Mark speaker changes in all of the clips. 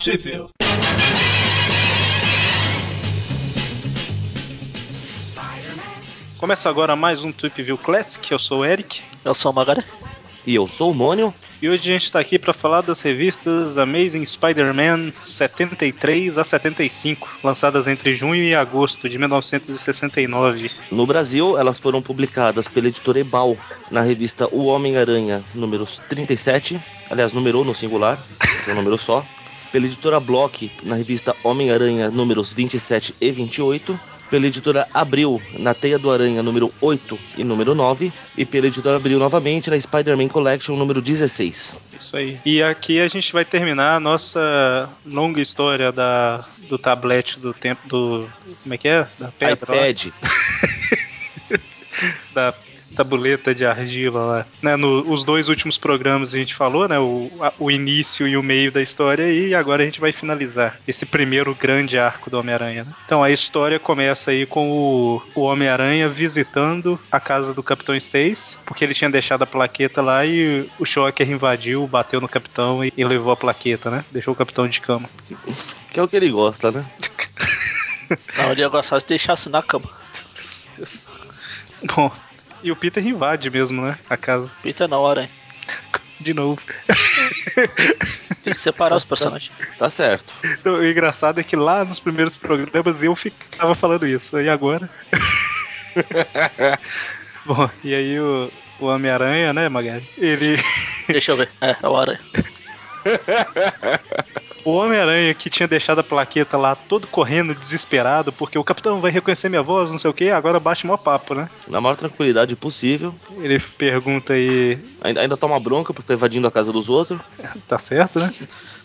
Speaker 1: Sheffield. Começa agora mais um Trip View Classic, eu sou o Eric.
Speaker 2: Eu sou o Magara.
Speaker 3: E eu sou o Mônio.
Speaker 1: E hoje a gente está aqui para falar das revistas Amazing Spider-Man 73 a 75, lançadas entre junho e agosto de 1969.
Speaker 3: No Brasil, elas foram publicadas pela editora Ebal na revista O Homem-Aranha, números 37, aliás, numerou no singular, é um número só. Pela editora Block, na revista Homem-Aranha, números 27 e 28, pela editora Abril na Teia do Aranha número 8 e número 9 e pela editora Abril novamente na Spider-Man Collection número 16.
Speaker 1: Isso aí. E aqui a gente vai terminar a nossa longa história da, do tablete do tempo do. Como é que é? Da pedra. lá.
Speaker 3: iPad.
Speaker 2: né?
Speaker 1: da tabuleta de argila lá. Né, no- os dois últimos programas a gente falou, né? O, a- o início e o meio da história, e agora a gente vai finalizar esse primeiro grande arco do Homem-Aranha. né? Então a história começa aí com o, o Homem-Aranha visitando a casa do Capitão Stace, porque ele tinha deixado a plaqueta lá e o Shocker invadiu, bateu no Capitão e, e levou a plaqueta, né? Deixou o Capitão de cama.
Speaker 3: Que é o que ele gosta, né?
Speaker 2: Não, ele ia gostar se deixasse na cama.
Speaker 1: Bom, e o Peter invade mesmo, né? A casa.
Speaker 2: Peter não, aranha.
Speaker 1: De novo.
Speaker 2: Tem que separar os personagens.
Speaker 3: Tá certo.
Speaker 1: Então, o engraçado é que lá nos primeiros programas eu ficava falando isso, e agora? Bom, e aí o, o Homem-Aranha, né, Magari? Ele.
Speaker 2: Deixa eu ver. É, é o aranha.
Speaker 1: O Homem-Aranha que tinha deixado a plaqueta lá todo correndo, desesperado, porque o capitão vai reconhecer minha voz, não sei o que, agora bate mó papo, né?
Speaker 3: Na maior tranquilidade possível.
Speaker 1: Ele pergunta aí.
Speaker 3: Ainda, ainda toma bronca por estar invadindo a casa dos outros.
Speaker 1: Tá certo, né?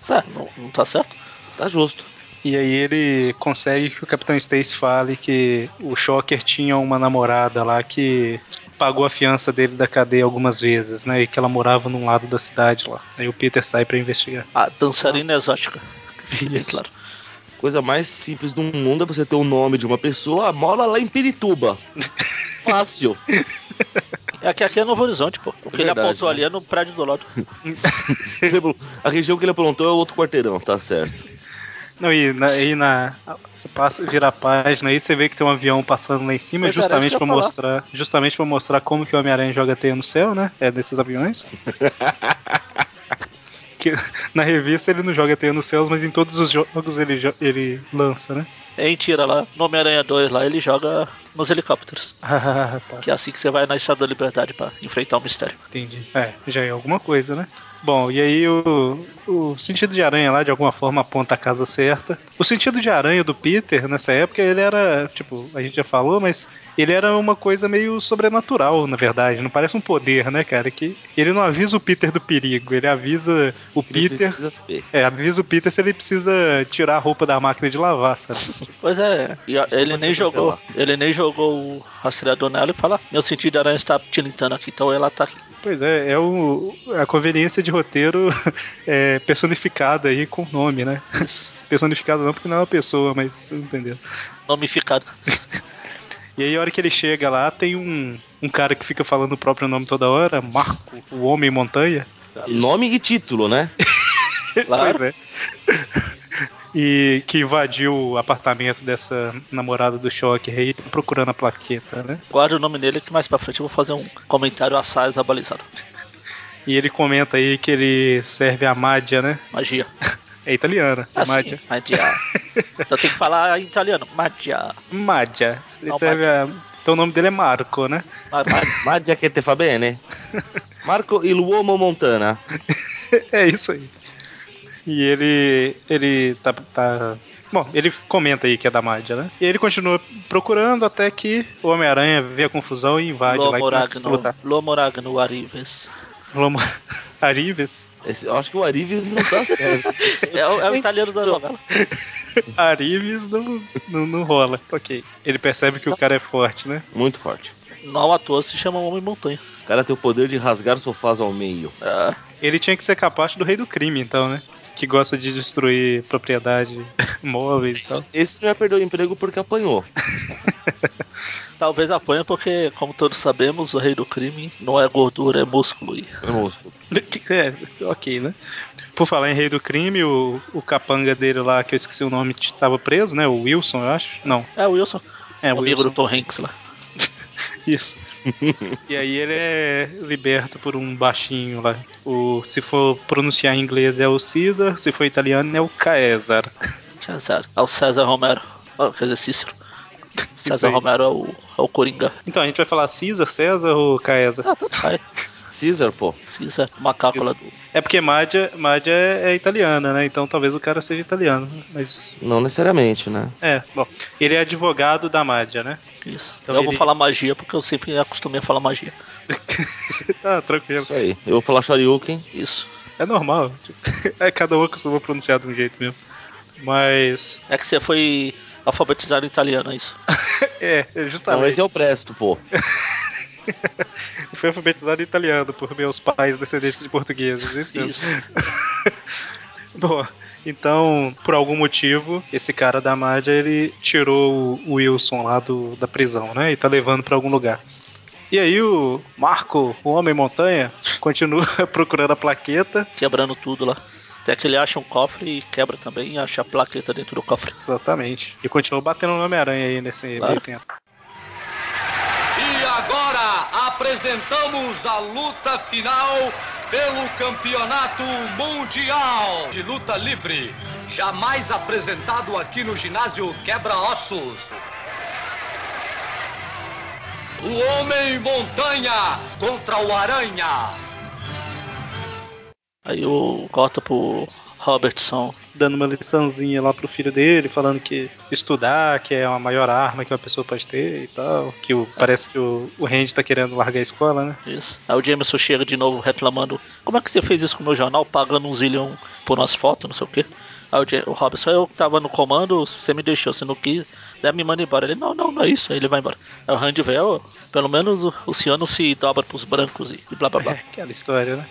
Speaker 2: Certo, não, não tá certo?
Speaker 3: Tá justo.
Speaker 1: E aí ele consegue que o Capitão Stacy fale que o Shocker tinha uma namorada lá que pagou a fiança dele da cadeia algumas vezes, né? E que ela morava num lado da cidade lá. Aí o Peter sai pra investigar.
Speaker 2: A dançarina exótica. Fique bem
Speaker 1: Isso.
Speaker 2: claro.
Speaker 3: Coisa mais simples do mundo é você ter o nome de uma pessoa, mora lá em Pirituba. Fácil.
Speaker 2: É que aqui é Novo Horizonte, pô. O que ele
Speaker 3: Verdade,
Speaker 2: apontou
Speaker 3: né?
Speaker 2: ali é no prédio do lado.
Speaker 3: Lembra- A região que ele aprontou é outro quarteirão, tá certo.
Speaker 1: Não, e na, e na você passa, vira a página aí, você vê que tem um avião passando lá em cima,
Speaker 2: Pois era,
Speaker 1: justamente
Speaker 2: isso
Speaker 1: pra
Speaker 2: que eu ia falar.
Speaker 1: mostrar, justamente para mostrar como que o Homem-Aranha joga teia no céu, né? É desses aviões. Que, na revista ele não joga teia nos céus, mas em todos os jogos ele, jo- ele lança, né?
Speaker 2: Em tira É lá, no Homem-Aranha 2 lá, ele joga nos helicópteros.
Speaker 1: Ah, tá.
Speaker 2: Que é assim que você vai na Estrada da Liberdade pra enfrentar o mistério.
Speaker 1: Entendi. É, já é alguma coisa, né? Bom, e aí o, o sentido de aranha lá, de alguma forma, aponta a casa certa. O sentido de aranha do Peter, nessa época, ele era, tipo, a gente já falou, mas ele era uma coisa meio sobrenatural, na verdade. Não parece um poder, né, cara? Que ele não avisa o Peter do perigo, ele avisa o
Speaker 3: Ele
Speaker 1: Peter.
Speaker 3: precisa saber.
Speaker 1: É, avisa o Peter se ele precisa tirar a roupa da máquina de lavar, sabe?
Speaker 2: Pois é, e a- ele
Speaker 3: pode
Speaker 2: nem jogou.
Speaker 3: atropelar.
Speaker 2: Ele nem jogou o rastreador nela e fala, "Ah, meu sentido de aranha está tilintando aqui, então ela tá aqui.
Speaker 1: Pois é, é o, a conveniência de roteiro é, personificada aí com o nome, né? Personificada não, porque não é uma pessoa, mas vocês entenderam.
Speaker 2: Nomificado.
Speaker 1: E aí, a hora que ele chega lá, tem um, um cara que fica falando o próprio nome toda hora, Marco, o Homem Montanha.
Speaker 3: Nome e título, né?
Speaker 2: Claro.
Speaker 1: Pois é. E que invadiu o apartamento dessa namorada do Shocker aí, tá procurando a plaqueta, né?
Speaker 2: Guarde o nome dele que mais pra frente eu vou fazer um comentário assaz abalizado.
Speaker 1: E ele comenta aí que ele serve a Mádia, né?
Speaker 2: Magia.
Speaker 1: É italiana, a Mádia.
Speaker 2: Assim, magia. então tem que falar em italiano. Magia.
Speaker 1: Mádia. Ele
Speaker 2: Não,
Speaker 1: serve a. Então o nome dele é Marco, né?
Speaker 2: Ma- ma-
Speaker 3: Ma già che te fa bene. né? Marco il uomo Montana.
Speaker 1: É isso aí. E ele. ele tá. tá- Bom, ele comenta aí que é da Mádia, né? E ele continua procurando até que o Homem-Aranha vê a confusão e invade lá e começa a
Speaker 2: Lomoragno.
Speaker 1: lutar.
Speaker 2: Lomoragno Arives.
Speaker 1: Lomo... Arives?
Speaker 3: Esse- eu acho que o Arives não tá certo.
Speaker 2: É, o- é o italiano da novela.
Speaker 1: Arives não, não, não rola. Ok. Ele percebe que o cara é forte, né?
Speaker 3: Muito forte.
Speaker 2: Não à toa se chama Homem Montanha.
Speaker 3: O cara tem o poder de rasgar sofás ao meio.
Speaker 2: É,
Speaker 1: Ele tinha que ser capaz do rei do crime, então, né? Que gosta de destruir propriedade móveis e tal.
Speaker 3: Esse não ia perder o emprego porque apanhou.
Speaker 2: Talvez apanha porque, como todos sabemos, o rei do crime não é gordura, é músculo. E
Speaker 3: É músculo.
Speaker 1: É, ok, né? Por falar em Rei do Crime, o, o capanga dele lá, que eu esqueci o nome, t- tava preso, né? O Wilson, eu acho. Não,
Speaker 2: É o Wilson,
Speaker 1: é
Speaker 2: o
Speaker 1: o
Speaker 2: amigo
Speaker 1: Wilson.
Speaker 2: do Tom Hanks lá.
Speaker 1: Isso. e aí ele é liberto por um baixinho lá. O, se for pronunciar em inglês é o Caesar, se for italiano é o Caesar.
Speaker 2: César. É o César Romero. Ah, quer dizer, Cícero. César
Speaker 1: aí.
Speaker 2: Romero é o, é o Coringa.
Speaker 1: Então, a gente vai falar Caesar, César ou Caesar?
Speaker 2: Ah, tanto faz.
Speaker 3: Caesar, pô.
Speaker 2: César, macaco lá do.
Speaker 1: É porque Madia, Madia é, é italiana, né? Então talvez o cara seja italiano. Mas,
Speaker 3: Não necessariamente, né?
Speaker 1: é, bom. Ele é advogado da Madia, né?
Speaker 2: Isso.
Speaker 1: Então
Speaker 2: eu
Speaker 1: ele-
Speaker 2: vou falar magia porque eu sempre acostumei a falar magia.
Speaker 1: tá, tranquilo.
Speaker 3: Isso aí. Eu vou falar Shoryuken.
Speaker 2: Isso.
Speaker 1: É normal. É, cada um costuma pronunciar de um jeito mesmo. Mas.
Speaker 2: É que você foi alfabetizado em italiano, é isso.
Speaker 1: É, é
Speaker 3: Não,
Speaker 1: justamente.
Speaker 3: esse é o Presto, pô.
Speaker 1: Eu fui alfabetizado em italiano por meus pais descendentes de portugueses. é Isso mesmo.
Speaker 2: Isso.
Speaker 1: Bom, então, por algum motivo, esse cara da Madia, ele tirou o Wilson lá do, da prisão, né? E tá levando pra algum lugar. E aí o Marco, o Homem Montanha, continua procurando a plaqueta.
Speaker 2: Quebrando tudo lá. Até que ele acha um cofre e quebra também, e acha a plaqueta dentro do cofre.
Speaker 1: Exatamente. E continuou batendo no Homem-Aranha aí nesse
Speaker 2: Claro.
Speaker 1: meio tempo.
Speaker 4: E agora apresentamos a luta final pelo Campeonato Mundial de Luta Livre, jamais apresentado aqui no ginásio Quebra Ossos. O Homem Montanha contra o Aranha.
Speaker 2: Aí o corta pro Robertson.
Speaker 1: Dando uma liçãozinha lá pro filho dele, falando que estudar, que é a maior arma que uma pessoa pode ter e tal. Que o, parece que o, o Randy tá querendo largar a escola, né?
Speaker 2: Isso. Aí o Jameson chega de novo reclamando. Como é que você fez isso com o meu jornal? Pagando um zilhão por umas fotos, não sei o quê. Aí o, Ja- o Robertson, eu que tava no comando, você me deixou, você não quis. Zé me manda embora. Ele, não, não, não é isso. Aí ele vai embora. Aí o Randy vê, ó, pelo menos o, o senhor não se dobra pros brancos e, e blá blá
Speaker 1: É,
Speaker 2: blá.
Speaker 1: aquela história, né?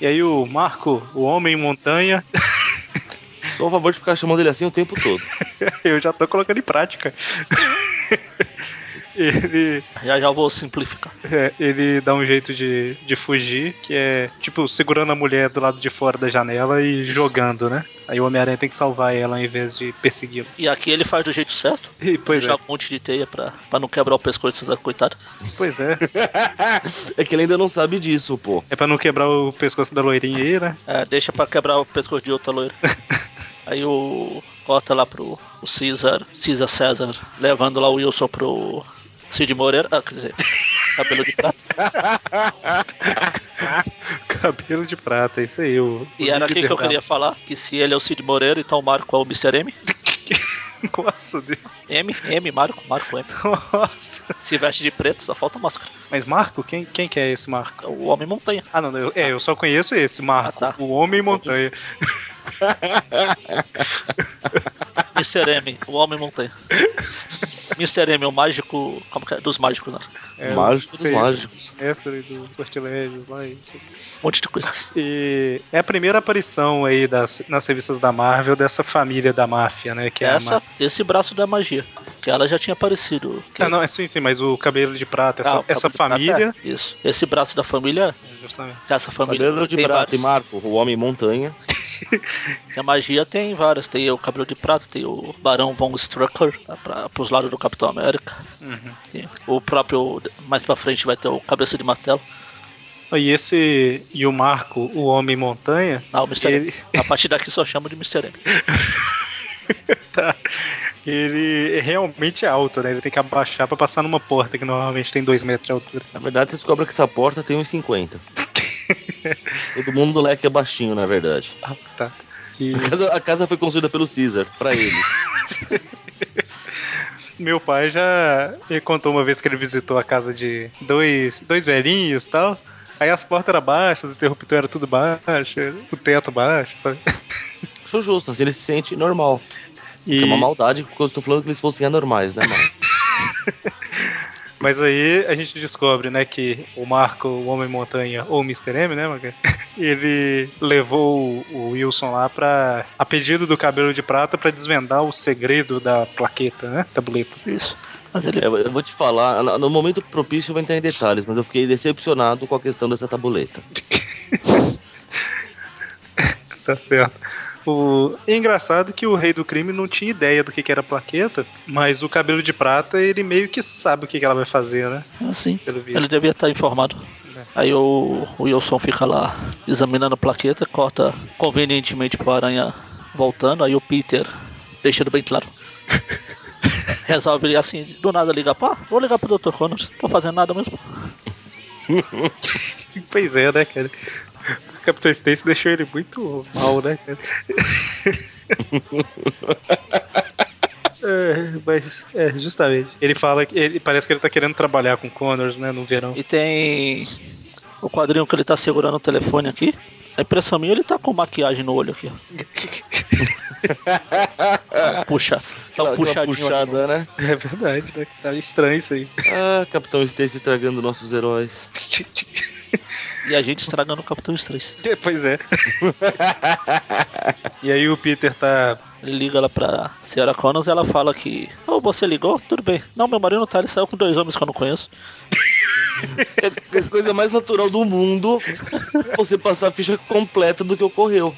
Speaker 1: E aí o Marco, o homem montanha,
Speaker 3: Só a favor de ficar chamando ele assim o tempo todo.
Speaker 1: eu já tô colocando em prática. ele,
Speaker 2: Já já eu vou simplificar.
Speaker 1: é, ele dá um jeito de, de fugir, que é tipo segurando a mulher do lado de fora da janela e jogando, né? Aí o Homem-Aranha tem que salvar ela ao invés de persegui-la.
Speaker 2: E aqui ele faz do jeito certo.
Speaker 1: E, Pois
Speaker 2: ele
Speaker 1: é,
Speaker 2: joga um monte de teia pra, pra não quebrar o pescoço da coitada.
Speaker 1: pois é.
Speaker 3: é que ele ainda não sabe disso, pô.
Speaker 1: É pra não quebrar o pescoço da loirinha aí, né?
Speaker 2: É, deixa pra quebrar o pescoço de outra loira. Aí o corta lá pro o César, César César, levando lá o Wilson pro Cid Moreira. Ah, quer dizer, cabelo de prata.
Speaker 1: Cabelo de prata, é isso aí. O,
Speaker 2: E era aqui que eu queria falar, que se ele é o Cid Moreira, então o Marco é o Mr. M.
Speaker 1: Nossa, Deus.
Speaker 2: M, M, Marco, Marco M.
Speaker 1: Nossa.
Speaker 2: Se veste de preto, só falta máscara.
Speaker 1: Mas Marco? Quem, quem que é esse Marco?
Speaker 2: É O Homem Montanha.
Speaker 1: Ah, não, eu, é, eu só conheço esse, Marco,
Speaker 2: Ah, tá.
Speaker 1: o Homem Montanha.
Speaker 2: Mr. M, o Homem Montanha. Mr. M, o mágico. Como que é? Dos mágicos, né?
Speaker 1: É,
Speaker 3: Mágico dos
Speaker 1: sei,
Speaker 3: mágicos.
Speaker 1: Essa aí do Cortilégio lá e isso.
Speaker 2: Um monte de coisa.
Speaker 1: E é a primeira aparição aí das, nas revistas da Marvel dessa família da máfia, né? Que é a
Speaker 2: Essa,
Speaker 1: ma-
Speaker 2: esse braço da magia. Que ela já tinha aparecido. Que-
Speaker 1: Ah, não, é sim, sim, mas o cabelo de prata, essa,
Speaker 2: Ah, o
Speaker 1: essa
Speaker 2: Cabo de
Speaker 1: família. é,
Speaker 2: Prata, é. Isso. Esse braço da família,
Speaker 1: Justamente.
Speaker 2: que essa família.
Speaker 3: Cabelo de
Speaker 2: tem
Speaker 3: prata e
Speaker 2: vários.
Speaker 3: Marco, o homem montanha.
Speaker 2: Que A magia tem várias. Tem o cabelo de prata, tem o Barão Von Strucker tá, pra, pros lados do Capitão América.
Speaker 1: Uhum.
Speaker 2: Tem o próprio. Mais pra frente vai ter o Cabeça de Martelo.
Speaker 1: E esse. E o Marco, o Homem Montanha,
Speaker 2: Não, Ah, o Mr.
Speaker 1: ele,
Speaker 2: M. A partir daqui só chama de Mr. M.
Speaker 1: tá, ele é realmente alto, né? Ele tem que abaixar pra passar numa porta que normalmente tem dois metros de altura.
Speaker 3: Na verdade, você descobre que essa porta tem uns 50. Todo mundo do leque é baixinho, na verdade.
Speaker 1: Ah, tá. E-
Speaker 3: A casa, a casa foi construída pelo Caesar, pra ele.
Speaker 1: Meu pai já me contou uma vez que ele visitou a casa de dois, dois velhinhos e tal. Aí as portas eram baixas, o interruptor era tudo baixo, o teto baixo, sabe?
Speaker 3: Acho justo, assim ele se sente normal.
Speaker 1: E,
Speaker 3: Que é uma maldade, porque eu estou falando que eles fossem anormais, né, mano?
Speaker 1: Mas aí a gente descobre, né, que o Marco, o Homem-Montanha, ou o Mr. M, né, Maga? Ele levou o Wilson lá pra. a pedido do cabelo de prata pra desvendar o segredo da plaqueta, né? Tabuleta.
Speaker 2: Isso. Mas ele.
Speaker 3: É, Eu vou te falar, na- no momento propício eu vou entrar em detalhes, mas eu fiquei decepcionado com a questão dessa tabuleta.
Speaker 1: Tá certo. O... É engraçado que o rei do crime não tinha ideia do que, que era plaqueta, mas o cabelo de prata, ele meio que sabe o que, que ela vai fazer, né?
Speaker 2: Assim.
Speaker 1: Pelo
Speaker 2: Ele
Speaker 1: visto.
Speaker 2: devia estar informado.
Speaker 1: É.
Speaker 2: Aí o, o Wilson fica lá examinando a plaqueta, corta convenientemente para aranha voltando. Aí o Peter, deixando bem claro, resolve ele assim, do nada liga, pá, vou ligar pro Dr. Connors, não tô fazendo nada mesmo.
Speaker 1: Pois é, né, cara? O Capitão Stacy deixou ele muito mal, né, cara? É, mas, é, justamente. Ele fala que. Ele, parece que ele tá querendo trabalhar com Connors, né, no verão.
Speaker 2: E tem o quadrinho que ele tá segurando o telefone aqui. A impressão minha, ele tá com maquiagem no olho aqui. ó. Puxa, dá um
Speaker 3: Aquela- aquela
Speaker 2: puxadinho aqui no-
Speaker 3: Tá puxada, né?
Speaker 1: É verdade, né? Tá estranho isso aí.
Speaker 3: Ah, Capitão Stacy estragando nossos heróis.
Speaker 2: E a gente estragando o Capitão Estranho.
Speaker 1: Pois é. e aí o Peter tá.
Speaker 2: Ele liga lá pra senhora Connors e ela fala que. Oh, você ligou? Tudo bem. Não, meu marido não tá, ele saiu com dois homens que eu não conheço.
Speaker 3: É a coisa mais natural do mundo você passar a ficha completa do que ocorreu.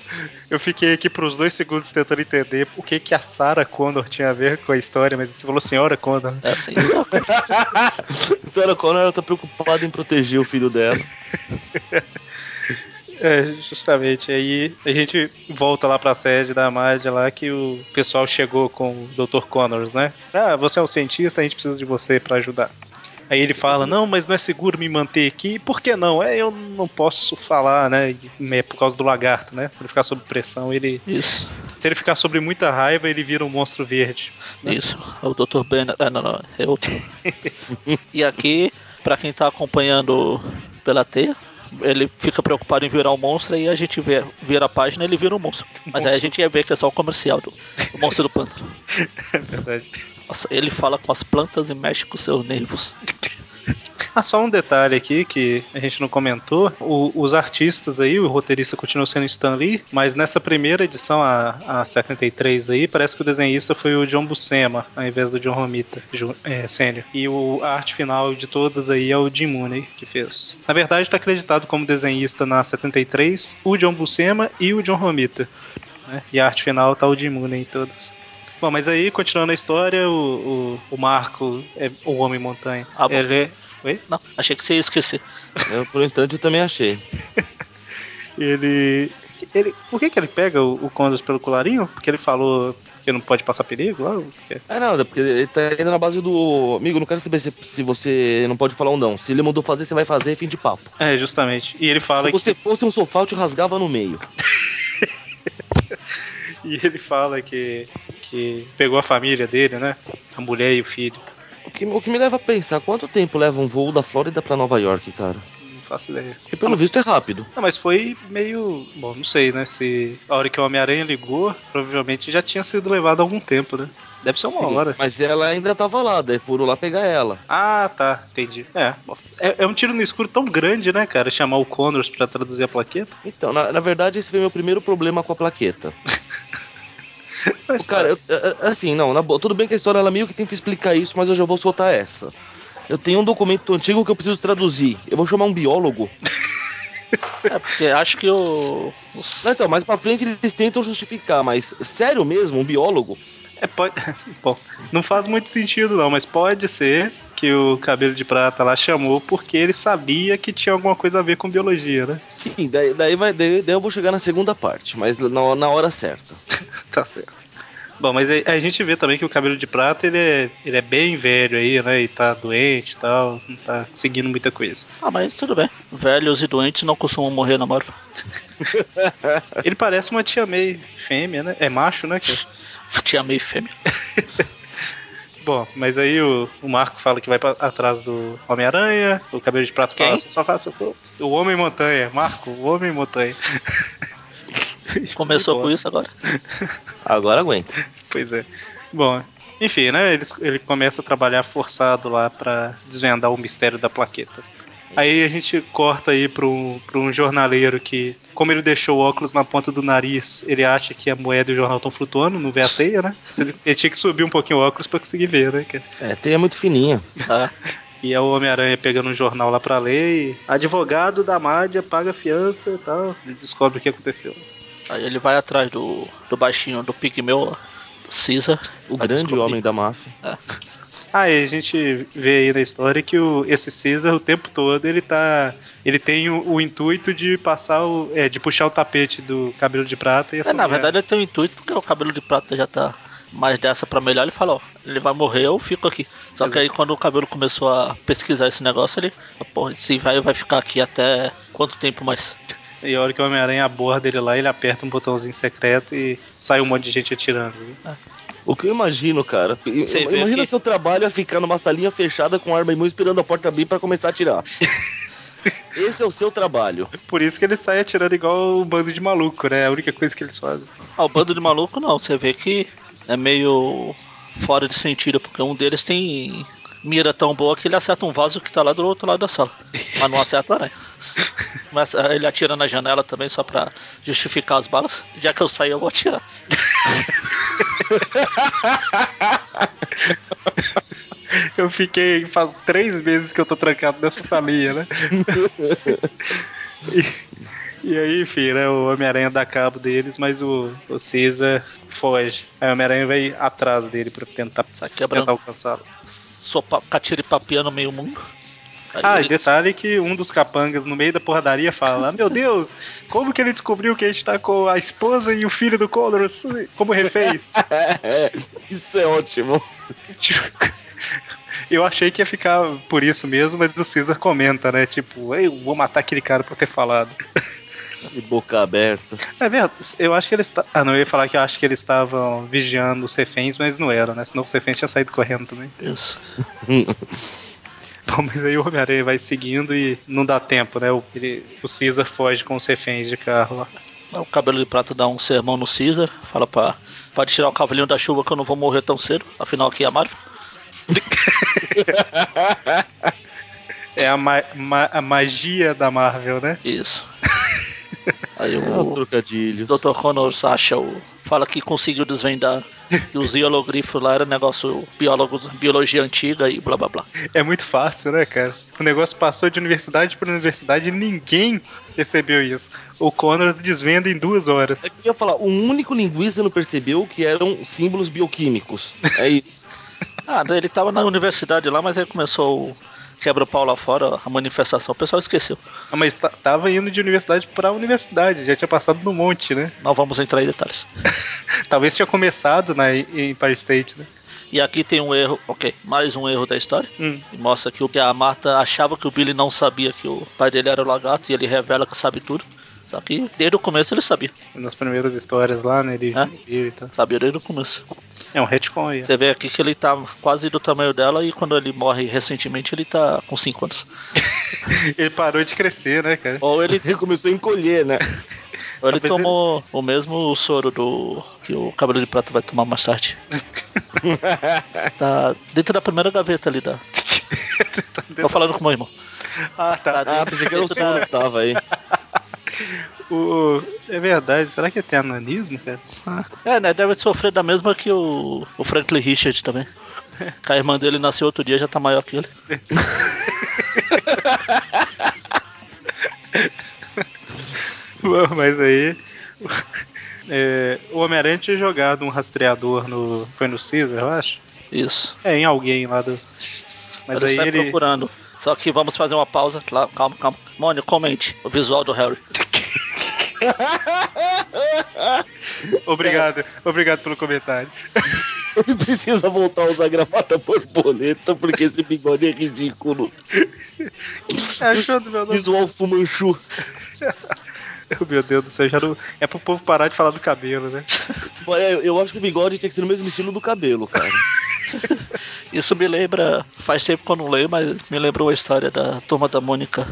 Speaker 1: Eu fiquei aqui por uns dois segundos tentando entender o que que a Sarah Connor tinha a ver com a história, mas você falou senhora Connor. né?
Speaker 2: É assim.
Speaker 3: Sarah Connor ela tá preocupada em proteger o filho dela.
Speaker 1: É, justamente. Aí a gente volta lá pra sede da Mad lá que o pessoal chegou com o Dr. Connors, né? Ah, você é um cientista, a gente precisa de você pra ajudar. Aí ele fala: Não, mas não é seguro me manter aqui. Por que não? É, eu não posso falar, né? É por causa do lagarto, né? Se ele ficar sob pressão, ele.
Speaker 2: Isso,
Speaker 1: Se ele ficar sob muita raiva, ele vira um monstro verde.
Speaker 2: isso. É o Dr. Ben. Ah, não, não, é outro. E aqui, pra quem tá acompanhando pela teia, ele fica preocupado em virar um monstro e a gente vê, vira a página e ele vira um monstro. Mas aí a gente ia ver que é só o comercial do, do monstro do pântano.
Speaker 1: É verdade.
Speaker 2: Nossa, ele fala com as plantas e mexe com seus nervos.
Speaker 1: Ah, só um detalhe aqui que a gente não comentou. O- os artistas aí, o roteirista continua sendo Stan Lee, mas nessa primeira edição, a, a 73 aí, parece que o desenhista foi o John Buscema, ao invés do John Romita Ju- é, Sênior. E o, a arte final de todas aí é o Jim Mooney que fez. Na verdade, está acreditado como desenhista na 73 o John Buscema e o John Romita. né? E a arte final tá o Jim Mooney em todos. Bom, mas aí, continuando a história, o, o, o Marco é o Homem-Montanha.
Speaker 2: Ah, bom.
Speaker 1: Ele é
Speaker 2: Não, achei que você ia esquecer.
Speaker 3: Eu, por um instante eu também achei.
Speaker 1: Ele. ele por que, que ele pega o, o Condors pelo colarinho? Porque ele falou que não pode passar perigo? lá, o que é?
Speaker 3: Ah, não, é porque ele tá indo na base do. Amigo, não quero saber se, se você não pode falar ou não. Se ele mandou fazer, você vai fazer, fim de papo.
Speaker 1: É, justamente. E ele fala
Speaker 3: se você
Speaker 1: que.
Speaker 3: fosse um sofá, eu te rasgava no meio.
Speaker 1: E ele fala que. que pegou a família dele, né? A mulher e o filho.
Speaker 3: O que, o que me leva a pensar, quanto tempo leva um voo da Flórida pra Nova York, cara?
Speaker 1: Não faço ideia.
Speaker 3: Porque pelo visto é rápido.
Speaker 1: Não, mas foi meio. Bom, não sei, né? Se a hora que o Homem-Aranha ligou, provavelmente já tinha sido levado há algum tempo, né? Deve ser uma
Speaker 3: Sim,
Speaker 1: hora.
Speaker 3: Mas ela ainda tava lá, daí foram lá pegar ela.
Speaker 1: Ah, tá, entendi. É, bom, é, é um tiro no escuro tão grande, né, cara? Chamar o Connors pra traduzir a plaqueta.
Speaker 3: Então, na, na verdade, esse foi meu primeiro problema com a plaqueta.
Speaker 1: Mas
Speaker 3: O Cara, eu- a- a- assim, não, na boa. Tudo bem que a história ela meio que tenta explicar isso, mas eu já vou soltar essa. Eu tenho um documento antigo que eu preciso traduzir. Eu vou chamar um biólogo.
Speaker 2: É, porque acho que o. o
Speaker 3: Não, então, mais pra frente eles tentam justificar, mas sério mesmo, um biólogo?
Speaker 1: É, pode... Bom, não faz muito sentido não, mas pode ser que o cabelo de prata lá chamou porque ele sabia que tinha alguma coisa a ver com biologia, né?
Speaker 3: Sim, daí, daí, vai, daí, daí eu vou chegar na segunda parte, mas na, na hora certa.
Speaker 1: Tá certo. Bom, mas aí a gente vê também que o cabelo de prata ele é, ele é bem velho aí, né? E tá doente e tal, não tá seguindo muita coisa.
Speaker 2: Ah, mas tudo bem. Velhos e doentes não costumam morrer na morte.
Speaker 1: Ele parece uma tia May fêmea, né? É macho, né? cara?
Speaker 2: Tinha meio fêmea.
Speaker 1: Bom, mas aí o, o Marco fala que vai pra, atrás do Homem-Aranha, o cabelo de prata
Speaker 2: Quem?
Speaker 1: fala, você só faz o seu- o Homem-Montanha, Marco, o Homem-Montanha.
Speaker 2: Começou
Speaker 1: Muito
Speaker 2: com
Speaker 1: bom.
Speaker 2: isso agora.
Speaker 3: Agora aguenta.
Speaker 1: Pois é. Bom, Enfim, né? Ele, ele começa a trabalhar forçado lá pra desvendar o mistério da plaqueta. Aí a gente corta aí para um, pra um jornaleiro que, como ele deixou o óculos na ponta do nariz, ele acha que a moeda e o jornal estão flutuando, não vê a teia, né? Se Ele, ele tinha que subir um pouquinho o óculos para conseguir ver, né? cara?
Speaker 3: É, teia muito fininha.
Speaker 2: Ah,
Speaker 1: E é o Homem-Aranha pegando um jornal lá pra ler e. Advogado da Mádia paga fiança e tal. Ele descobre o que aconteceu.
Speaker 2: aí ele vai atrás do, do baixinho, do pigmeu lá, do Caesar.
Speaker 3: O
Speaker 2: pra
Speaker 3: grande
Speaker 2: descobrir.
Speaker 3: homem da máfia.
Speaker 1: Aí Ah, a gente vê aí na história que o, esse Caesar o tempo todo ele tá. Ele tem o, o intuito de passar o. É, de puxar o tapete do cabelo de prata e
Speaker 2: É,
Speaker 1: assumir
Speaker 2: na
Speaker 1: a-
Speaker 2: verdade ele tem um intuito, porque o cabelo de prata já tá mais dessa pra melhor, ele falou, ele vai morrer, eu fico aqui. Só que aí quando o cabelo começou a pesquisar esse negócio, ele, pô, esse vai, vai ficar aqui até quanto tempo mais?
Speaker 1: E a hora que o Homem-Aranha aborda ele lá, ele aperta um botãozinho secreto e sai um monte de gente atirando. né?
Speaker 3: O que eu imagino, cara. eu-
Speaker 2: Você vê
Speaker 3: Imagina
Speaker 2: que-
Speaker 3: seu trabalho é ficar numa salinha fechada com arma em mão esperando a porta abrir pra começar a atirar. Esse é o seu trabalho.
Speaker 1: Por isso que ele sai atirando igual um bando de maluco, né? É a única coisa que eles fazem.
Speaker 2: Ah, o bando de maluco não, você vê que é meio fora de sentido, porque um deles tem mira tão boa que ele acerta um vaso que tá lá do outro lado da sala, mas não acerta a aranha. Mas ah, ele atira na janela também só pra justificar as balas. Já que eu saí, eu vou atirar.
Speaker 1: Eu fiquei faz três meses que eu tô trancado nessa salinha, né? e, e aí, enfim, né? O Homem-Aranha dá cabo deles, mas o, o Caesar foge. Aí o Homem-Aranha vai atrás dele pra tentar,
Speaker 2: Sai
Speaker 1: tentar
Speaker 2: quebrando
Speaker 1: alcançá-lo.
Speaker 2: é sopa, catiripapiando meio mundo. Aí
Speaker 1: Ah, e
Speaker 2: eles-
Speaker 1: detalhe que um dos capangas no meio da porradaria fala: "Ah, Meu Deus, como que ele descobriu que a gente tá com a esposa e o filho do Condor como reféns?
Speaker 3: É, isso é ótimo.
Speaker 1: Tipo, Eu achei que ia ficar por isso mesmo, mas o Caesar comenta, né? Tipo, eu vou matar aquele cara por ter falado.
Speaker 3: E boca aberta.
Speaker 1: É verdade, eu acho que eles. ta- Ah, não, eu ia falar que eu acho que eles estavam vigiando os reféns, mas não eram, né? Senão os reféns tinham saído correndo também.
Speaker 2: Isso.
Speaker 1: Bom, mas aí o Homem-Aranha vai seguindo e não dá tempo, né? O, ele- o Caesar foge com os reféns de carro lá.
Speaker 2: Aí O cabelo de prata dá um sermão no Caesar, fala pra. Pode tirar o cavalinho da chuva que eu não vou morrer tão cedo. Afinal aqui é a Marvel.
Speaker 1: É a, ma- ma- a magia da Marvel, né?
Speaker 2: Isso. Aí
Speaker 3: É, os
Speaker 2: o
Speaker 3: trocadilhos.
Speaker 2: Dr. Connors acha o. fala que conseguiu desvendar que os iologrifos lá era um negócio biólogo, biologia antiga e blá blá blá.
Speaker 1: É muito fácil, né, cara? O negócio passou de universidade para universidade e ninguém recebeu isso. O Connors desvenda em duas horas.
Speaker 3: É que Eu ia falar, um único linguista não percebeu que eram símbolos bioquímicos. É isso.
Speaker 2: Ah, ele tava na universidade lá, mas aí começou o quebra-pau lá fora, a manifestação. O pessoal esqueceu.
Speaker 1: Ah, Mas ta- tava indo de universidade para universidade, já tinha passado no monte, né?
Speaker 2: Não vamos entrar em detalhes.
Speaker 1: Talvez tinha começado na em Empire State, né?
Speaker 2: E aqui tem um erro, ok, mais um erro da história.
Speaker 1: Hum.
Speaker 2: E mostra que o que a Marta achava que o Billy não sabia que o pai dele era o lagarto e ele revela que sabe tudo. Só que desde o começo ele sabia.
Speaker 1: Nas primeiras histórias lá, né? Ele
Speaker 2: É?
Speaker 1: viu e tal.
Speaker 2: Sabia desde o começo.
Speaker 1: É um retcon aí. ó.
Speaker 2: Você vê aqui que ele tá quase do tamanho dela e quando ele morre recentemente ele tá com 5 anos.
Speaker 1: Ele parou de crescer, né, cara?
Speaker 2: Ou ele,
Speaker 3: Ele começou a encolher, né?
Speaker 2: ou ele
Speaker 1: Talvez
Speaker 2: tomou o mesmo soro do que o cabelo de prata vai tomar mais tarde. tá dentro da primeira gaveta ali da. Tô falando com o meu irmão.
Speaker 1: Ah, tá.
Speaker 2: Tá
Speaker 3: Ah, pensei que era o
Speaker 2: dentro da-
Speaker 3: soro que tava aí.
Speaker 1: O- É verdade. Será que é tem ananismo, cara?
Speaker 2: É, né? Deve sofrer da mesma que o, o Franklin Richard também. Que a irmã dele nasceu outro dia já tá maior que ele.
Speaker 1: Bom, mas aí. é, o Homem-Aranha tinha jogado um rastreador no. Foi no Caesar, eu acho?
Speaker 2: Isso.
Speaker 1: É, em alguém lá do. Mas
Speaker 2: ele sai
Speaker 1: aí ele.
Speaker 2: procurando. Só que vamos fazer uma pausa. Cla- Calma, calma. Mônio, comente o visual do Harry.
Speaker 1: Obrigado, obrigado pelo comentário.
Speaker 3: Ele precisa voltar a usar a gravata borboleta, porque esse bigode é ridículo.
Speaker 1: Achou do meu nome?
Speaker 3: Visual Fumanchu.
Speaker 1: Oh, Meu Deus do céu, já não... é pro povo parar de falar do cabelo, né?
Speaker 3: Olha, é, eu acho que o bigode tem que ser no mesmo estilo do cabelo, cara.
Speaker 2: Isso me lembra. Faz tempo que eu não leio, mas me lembrou a história da turma da Mônica.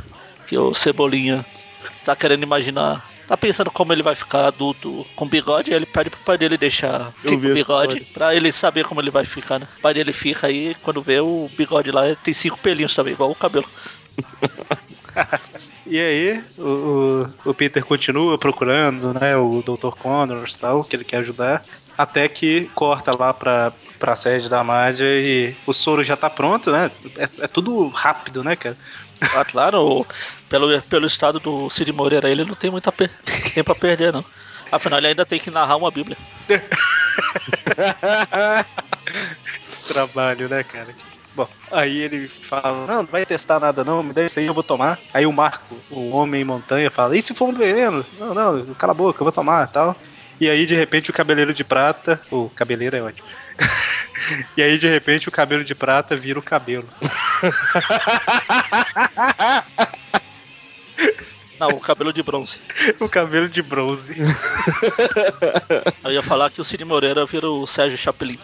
Speaker 2: Que o Cebolinha tá querendo imaginar tá pensando como ele vai ficar adulto com bigode, aí ele pede pro pai dele deixar
Speaker 3: Eu
Speaker 2: com
Speaker 3: vi essa
Speaker 2: bigode
Speaker 3: história.
Speaker 2: pra ele saber como ele vai ficar, né? O pai dele fica aí, quando vê o bigode lá, tem cinco pelinhos também, igual o cabelo.
Speaker 1: E aí, o, o- o Peter continua procurando, né, o Dr. Connors e tal, que ele quer ajudar. Até que corta lá pra, pra sede da Madia e o soro já tá pronto, né? É, é tudo rápido, né, cara?
Speaker 2: Ah, claro, o- pelo, pelo estado do Cid Moreira, ele não tem muito a per- tempo a perder, não. Afinal, ele ainda tem que narrar uma bíblia.
Speaker 1: Trabalho, né, cara? Bom, aí ele fala, não, não vai testar nada não, me dá isso aí, eu vou tomar. Aí o Marco, o homem montanha, fala, e se for um veneno? Não, não, cala a boca, eu vou tomar tal. E aí, de repente, o cabeleiro de prata... O cabeleiro é ótimo. e aí, de repente, o cabelo de prata vira o cabelo.
Speaker 2: Não, o cabelo de bronze.
Speaker 1: o cabelo de bronze.
Speaker 2: Eu ia falar que o Cid Moreira vira o Sérgio Chapelin.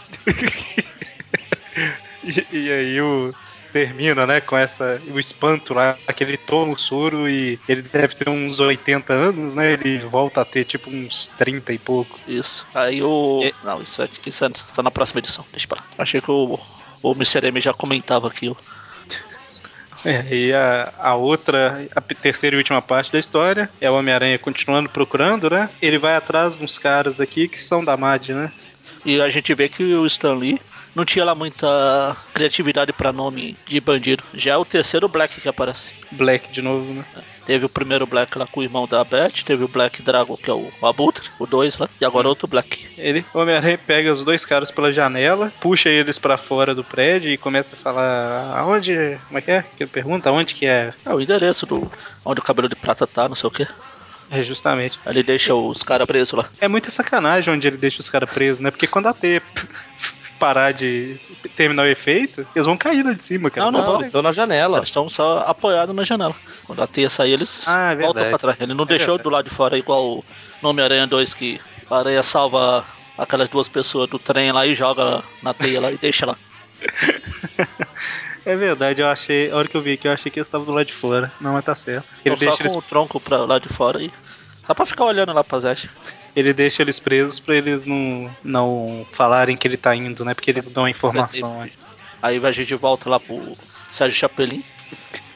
Speaker 1: E, e aí o termina, né, com essa o espanto lá, aquele toma o soro e ele deve ter uns 80 anos, né? Ele volta a ter tipo uns 30 e pouco.
Speaker 2: Isso. Aí o.
Speaker 1: É.
Speaker 2: Não, isso é, isso é só na próxima edição. Deixa pra lá. Achei que o, o Mr. M já comentava aqui. ó.
Speaker 1: É, e a, a outra, a p- terceira e última parte da história é o Homem-Aranha continuando procurando, né? Ele vai atrás de uns caras aqui que são da MAD, né?
Speaker 2: E a gente vê que o Stan Lee não tinha lá muita criatividade pra nome de bandido. Já é o terceiro Black que aparece.
Speaker 1: Black de novo, né?
Speaker 2: Teve o primeiro Black lá com o irmão da Beth, teve o Black Dragon, que é o Abutre, o 2 lá, e agora outro Black.
Speaker 1: Ele, o Homem-Aranha pega os dois caras pela janela, puxa eles pra fora do prédio e começa a falar aonde, como é que é? Que ele pergunta aonde que é?
Speaker 2: É o endereço do onde o cabelo de prata tá, não sei o que.
Speaker 1: É justamente
Speaker 2: Aí ele deixa os caras presos lá.
Speaker 1: É muita sacanagem onde ele deixa os caras presos, né? Porque quando a T parar de terminar o efeito, eles vão cair lá de cima, cara.
Speaker 2: Não, não.
Speaker 3: Não, eles estão na janela.
Speaker 2: Eles estão só apoiados na janela. Quando a teia sair, eles
Speaker 1: Ah, é
Speaker 2: voltam
Speaker 1: verdade.
Speaker 2: pra trás. Ele não deixou
Speaker 1: verdade.
Speaker 2: do lado de fora, igual o Nome Aranha 2, que a aranha salva aquelas duas pessoas do trem lá e joga na teia lá e deixa lá.
Speaker 1: É verdade, eu achei. A hora que eu vi aqui, eu achei que eles estavam do lado de fora. Não, mas tá certo. Ele,
Speaker 2: Então, só
Speaker 1: deixa
Speaker 2: com
Speaker 1: eles,
Speaker 2: o tronco pra lá de fora e. Só pra ficar olhando lá pra Zeste.
Speaker 1: ele deixa eles presos pra eles não, não falarem que ele tá indo, né? Porque eles dão a informação. né?
Speaker 2: Aí a gente volta lá pro Sérgio Chapelin,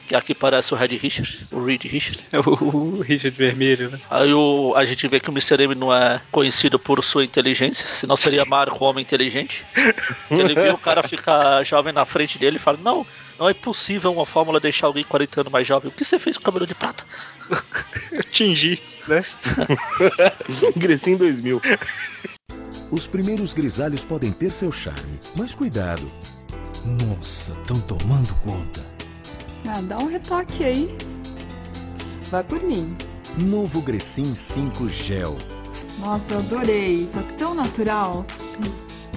Speaker 2: que aqui parece o Red Richard, o Reed Richard.
Speaker 1: né? O Richard Vermelho, né?
Speaker 2: Aí o- a gente vê que o Mr. M não é conhecido por sua inteligência, senão seria Marco o Homem Inteligente. Ele viu o cara ficar jovem na frente dele e fala: Não, não é possível uma fórmula deixar alguém 40 anos mais jovem. O que você fez com o cabelo de prata?
Speaker 1: Eu tingi, né?
Speaker 3: Ingressei em 2000.
Speaker 5: Os primeiros grisalhos podem ter seu charme, mas cuidado. Nossa, estão tomando conta.
Speaker 6: Ah, dá um retoque aí. Vai por mim.
Speaker 5: Novo Grecin 5 Gel.
Speaker 6: Nossa, eu adorei. Tá tão natural.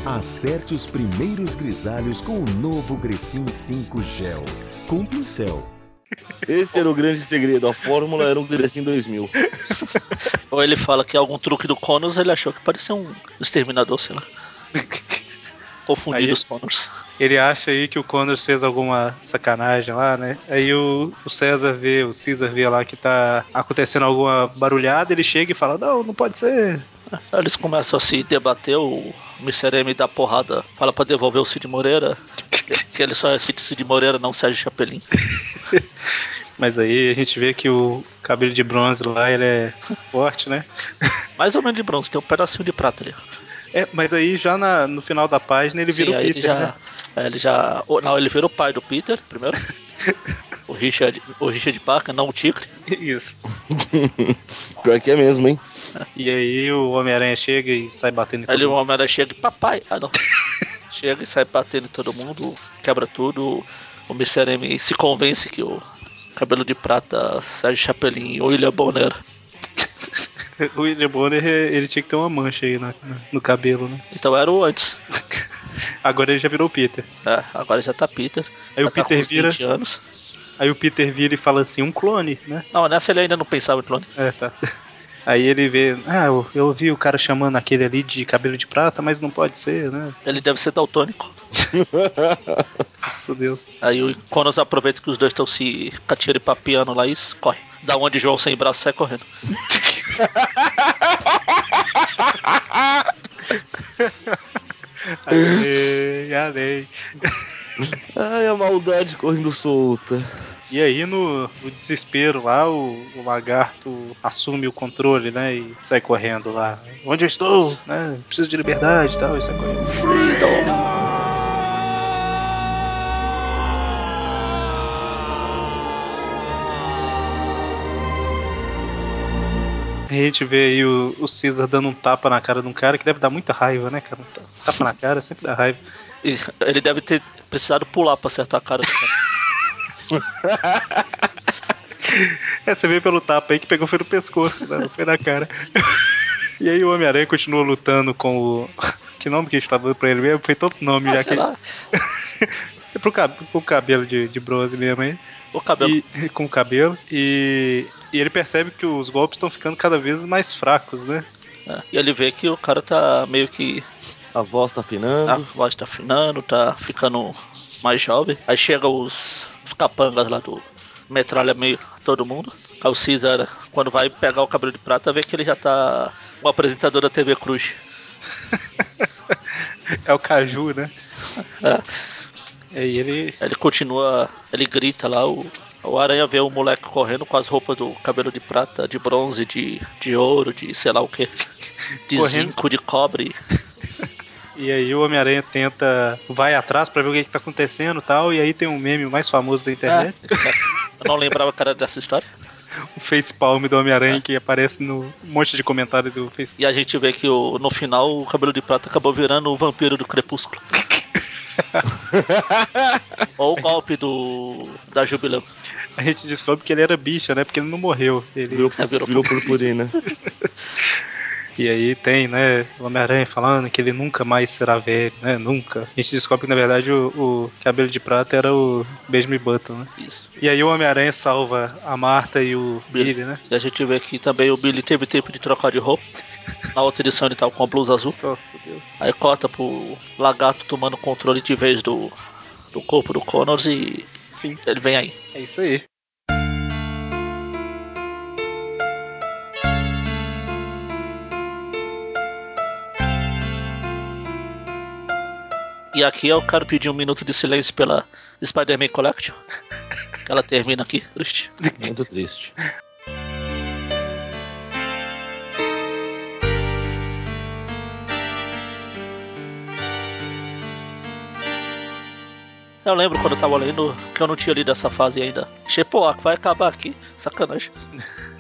Speaker 5: Acerte os primeiros grisalhos com o novo Grecin 5 Gel. Com pincel.
Speaker 3: Esse era o grande segredo. A fórmula era um Ingressei em 2000.
Speaker 2: Ou ele fala que é algum truque do Connors, ele achou que parecia um exterminador, sei lá.
Speaker 1: Aí-
Speaker 2: Confundido os Connors.
Speaker 1: Ele acha aí que o Connors fez alguma sacanagem lá, né? Aí o, o César vê, o César vê lá que tá acontecendo alguma barulhada, ele chega e fala, não, não pode ser.
Speaker 2: Aí Eles começam a se debater, o Mr. M dá porrada, fala pra devolver o Cid Moreira, que- que ele só é Cid Moreira, não Sérgio Chapelin.
Speaker 1: Mas aí a gente vê que o cabelo de bronze lá, ele é forte, né?
Speaker 2: Mais ou menos de bronze, tem um pedacinho de prata ali.
Speaker 1: É, mas aí já na- no final da página ele vira
Speaker 2: Sim,
Speaker 1: o
Speaker 2: aí
Speaker 1: Peter,
Speaker 2: ele já.
Speaker 1: né?
Speaker 2: aí Ele já. ou Não, ele vira o pai do Peter, primeiro. o Richard. O Richard Parker, não o Tigre.
Speaker 1: Isso.
Speaker 3: Pior que é mesmo, hein?
Speaker 1: E aí o Homem-Aranha chega e sai batendo em
Speaker 2: Aí ele, o
Speaker 1: mundo.
Speaker 2: homem chega e papai. Ah não. chega e sai batendo em todo mundo, quebra tudo. O Mr. M se convence que o cabelo de prata, Sérgio Chapelin e o William Bonner.
Speaker 1: O William Bonner, ele tinha que ter uma mancha aí na- na- no cabelo, né?
Speaker 2: Então era o antes.
Speaker 1: Agora ele já virou o Peter.
Speaker 2: É, agora já tá Peter.
Speaker 1: Aí
Speaker 2: já
Speaker 1: o Peter
Speaker 2: tá com uns
Speaker 1: vira-
Speaker 2: 20 anos.
Speaker 1: Aí o Peter vira e fala assim, um clone, né?
Speaker 2: Não, nessa ele ainda não pensava em clone.
Speaker 1: É, tá. Aí ele vê, ah, eu, eu ouvi o cara chamando aquele ali de cabelo de prata, mas não pode ser, né?
Speaker 2: Ele deve ser daltônico.
Speaker 1: Nossa Deus.
Speaker 2: Aí o Conos aproveita que os dois estão se catiripapiando lá e corre. Da onde João sem braço sai correndo.
Speaker 1: Adei, adei.
Speaker 3: Ai, a maldade correndo solta.
Speaker 1: E aí, no, no desespero lá, o, o lagarto assume o controle, né? E sai correndo lá. Onde eu estou? Né? Preciso de liberdade e tal. E sai correndo.
Speaker 2: Freedom!
Speaker 1: A gente vê aí o, o Caesar dando um tapa na cara de um cara que deve dar muita raiva, né, cara? Tapa na cara sempre dá raiva.
Speaker 2: E Ele deve ter precisado pular pra acertar a cara do cara.
Speaker 1: É, você vê pelo tapa aí que pegou foi no pescoço, né? Não foi na cara. E aí o Homem-Aranha continua lutando com o. Que nome que a gente tava dando pra ele mesmo? Foi tanto nome já
Speaker 2: Ah, sei
Speaker 1: que.
Speaker 2: lá,
Speaker 1: É pro, cab pro cabelo de, de bronze mesmo aí.
Speaker 2: o cabelo.
Speaker 1: E, com o cabelo. E, e ele percebe que os golpes estão ficando cada vez mais fracos, né?
Speaker 2: É, E ele vê que o cara tá meio que.
Speaker 3: A voz tá afinando.
Speaker 2: A voz tá afinando, tá ficando mais jovem. Aí chega os, os capangas lá do. Metralha meio todo mundo. Aí o Caesar, quando vai pegar o cabelo de prata, vê que ele já tá um apresentador da TV Cruz.
Speaker 1: É o Caju, né?
Speaker 2: É.
Speaker 1: E aí ele.
Speaker 2: Ele continua, ele grita lá, o, o Aranha vê o moleque correndo com as roupas do cabelo de prata, de bronze, de, de ouro, de sei lá o que, de
Speaker 1: Correndo.
Speaker 2: zinco, de cobre.
Speaker 1: E aí o Homem-Aranha tenta. Vai atrás pra ver o que, que tá acontecendo e tal. E aí tem um meme mais famoso da internet.
Speaker 2: Eu não lembrava cara dessa história.
Speaker 1: O facepalm do Homem-Aranha que aparece no um monte de comentário do Facebook.
Speaker 2: E a gente vê que o- no final o cabelo de prata acabou virando o vampiro do crepúsculo. Ou o golpe do da Jubileu.
Speaker 1: A gente descobre que ele era bicha, né? Porque ele não morreu. Ele...
Speaker 3: Virou,
Speaker 2: virou
Speaker 3: virou purpurina.
Speaker 1: E aí tem, né, o Homem-Aranha falando que ele nunca mais será velho, né? Nunca. A gente descobre que, na verdade, o, o cabelo de prata era o Benjamin Button, né?
Speaker 2: Isso.
Speaker 1: E aí o Homem-Aranha salva a Marta e o
Speaker 2: Billy.
Speaker 1: Billy, né?
Speaker 2: E a gente vê que também o Billy teve tempo de trocar de roupa. Na outra edição ele tava com a blusa azul.
Speaker 1: Nossa, Deus.
Speaker 2: Aí corta pro lagarto tomando controle de vez do, do corpo do Connors e.
Speaker 1: Enfim,
Speaker 2: Ele vem aí.
Speaker 1: é isso aí.
Speaker 2: E aqui eu quero pedir um minuto de silêncio pela Spider-Man Collection. Ela termina aqui, triste.
Speaker 3: Muito triste.
Speaker 2: Eu lembro quando eu tava lendo que eu não tinha lido essa fase ainda. Achei, pô, ah, vai acabar aqui. Sacanagem.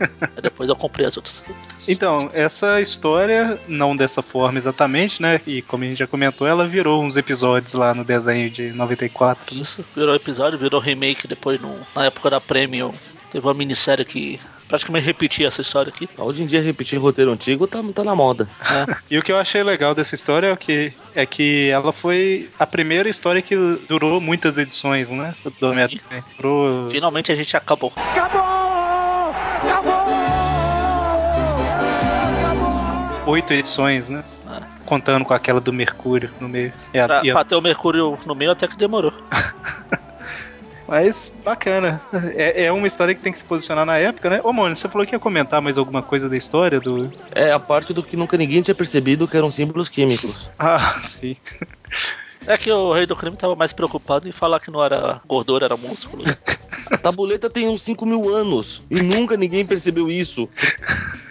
Speaker 2: Aí depois eu comprei as outras.
Speaker 1: Então, essa história, não dessa forma exatamente, né? E como a gente já comentou, ela virou uns episódios lá no desenho de 94. né?
Speaker 2: Isso, virou episódio, virou remake depois no, na época da Premium. Teve uma minissérie que praticamente repetia essa história aqui.
Speaker 3: Hoje em dia, repetir roteiro antigo tá, tá na moda.
Speaker 1: E o que eu achei legal dessa história é que, é que ela foi a primeira história que durou muitas edições, né? Do Homem-Aranha. Durou
Speaker 2: Finalmente a gente acabou.
Speaker 1: oito edições, né?
Speaker 2: Ah.
Speaker 1: Contando com aquela do Mercúrio no meio. E a-
Speaker 2: Pra,
Speaker 1: e a-
Speaker 2: pra ter o Mercúrio no meio até que demorou.
Speaker 1: Mas bacana. É, é uma história que tem que se posicionar na época, né? Ô, Mônio, você falou que ia comentar mais alguma coisa da história do.
Speaker 3: É a parte do que nunca ninguém tinha percebido que eram símbolos químicos.
Speaker 1: Ah, sim.
Speaker 2: É que o rei do crime tava mais preocupado em falar que não era gordura, era músculo.
Speaker 3: A tabuleta tem uns 5 mil anos e nunca ninguém percebeu isso.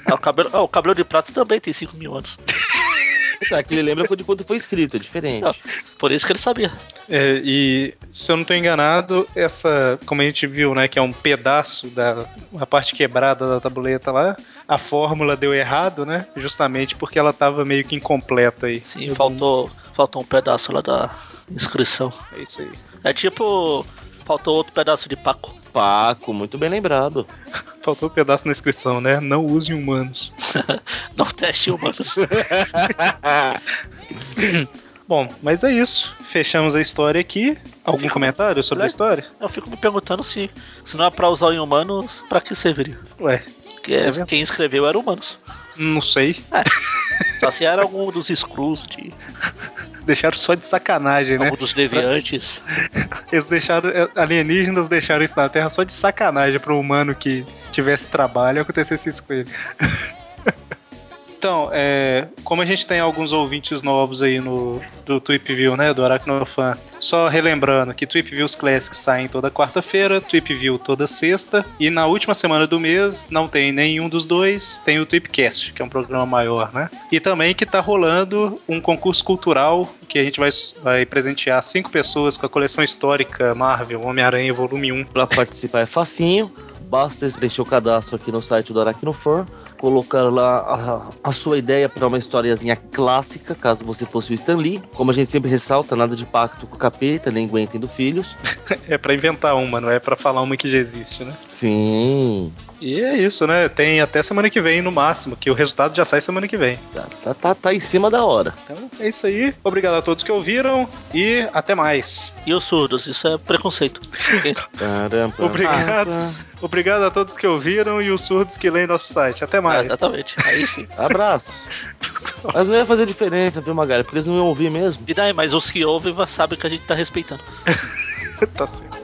Speaker 2: Ah, o, cabelo, ah, o cabelo de prata também tem 5 mil anos.
Speaker 3: Tá, que ele lembra de quando foi escrito, é
Speaker 2: Não,
Speaker 3: diferente.
Speaker 2: por isso que ele sabia.
Speaker 1: É, e se eu não tô enganado, essa, como a gente viu, né, que é um pedaço da a parte quebrada da tabuleta lá, a fórmula deu errado, né? Justamente porque ela tava meio que incompleta aí.
Speaker 2: Sim, faltou, faltou um pedaço lá da inscrição.
Speaker 1: É isso aí.
Speaker 2: É tipo, faltou outro pedaço de Paco.
Speaker 3: Paco, muito bem lembrado.
Speaker 1: Faltou o pedaço na inscrição, né? Não use humanos.
Speaker 2: Não teste humanos.
Speaker 1: Bom, mas é isso. Fechamos a história aqui. Algum
Speaker 2: Fica-
Speaker 1: comentário sobre a
Speaker 2: Aliás-
Speaker 1: história?
Speaker 2: Eu fico me perguntando se, se não é pra usar em humanos, pra que serviria?
Speaker 1: Ué,
Speaker 2: Que é-
Speaker 1: É verdade.
Speaker 2: quem escreveu era humanos.
Speaker 1: Não sei.
Speaker 2: Só se era algum dos Skrulls, de,
Speaker 1: Deixaram só de sacanagem, né?
Speaker 2: algum dos deviantes.
Speaker 1: Eles deixaram. eh, Alienígenas deixaram isso na Terra só de sacanagem pro humano que tivesse trabalho e acontecesse isso com ele. Então, é, como a gente tem alguns ouvintes novos aí no do Tweepview, né, do Aracnofan, só relembrando que Tweepviews Classics saem toda quarta-feira, Tweepview toda sexta, e na última semana do mês não tem nenhum dos dois, tem o Tweepcast, que é um programa maior, né? E também que tá rolando um concurso cultural que a gente vai, vai presentear cinco pessoas com a coleção histórica Marvel Homem-Aranha Volume 1.
Speaker 3: Pra participar é facinho, basta preencher o cadastro aqui no site do Aracnofor, colocar lá a, a sua ideia para uma historiazinha clássica, caso você fosse o Stan Lee. Como a gente sempre ressalta, nada de pacto com o capeta, nem aguentem do filhos.
Speaker 1: É pra inventar uma, não é pra falar uma que já existe, né?
Speaker 3: Sim,
Speaker 1: E é isso, né? Tem até semana que vem no máximo, que o resultado já sai semana que vem.
Speaker 3: tá, tá, tá, tá em cima da hora.
Speaker 1: Então é isso aí. Obrigado a todos que ouviram e até mais.
Speaker 2: E os surdos, isso é preconceito.
Speaker 3: Caramba.
Speaker 1: Obrigado. Obrigado a todos que ouviram e os surdos que leem nosso site. Até
Speaker 2: Ah,
Speaker 1: mais.
Speaker 2: exatamente. Aí sim.
Speaker 3: Ah, Abraços. Mas não ia fazer diferença, viu, Magari? Porque eles não iam ouvir mesmo.
Speaker 2: E daí, mas os que ouvem sabem que a gente tá respeitando.
Speaker 1: tá certo.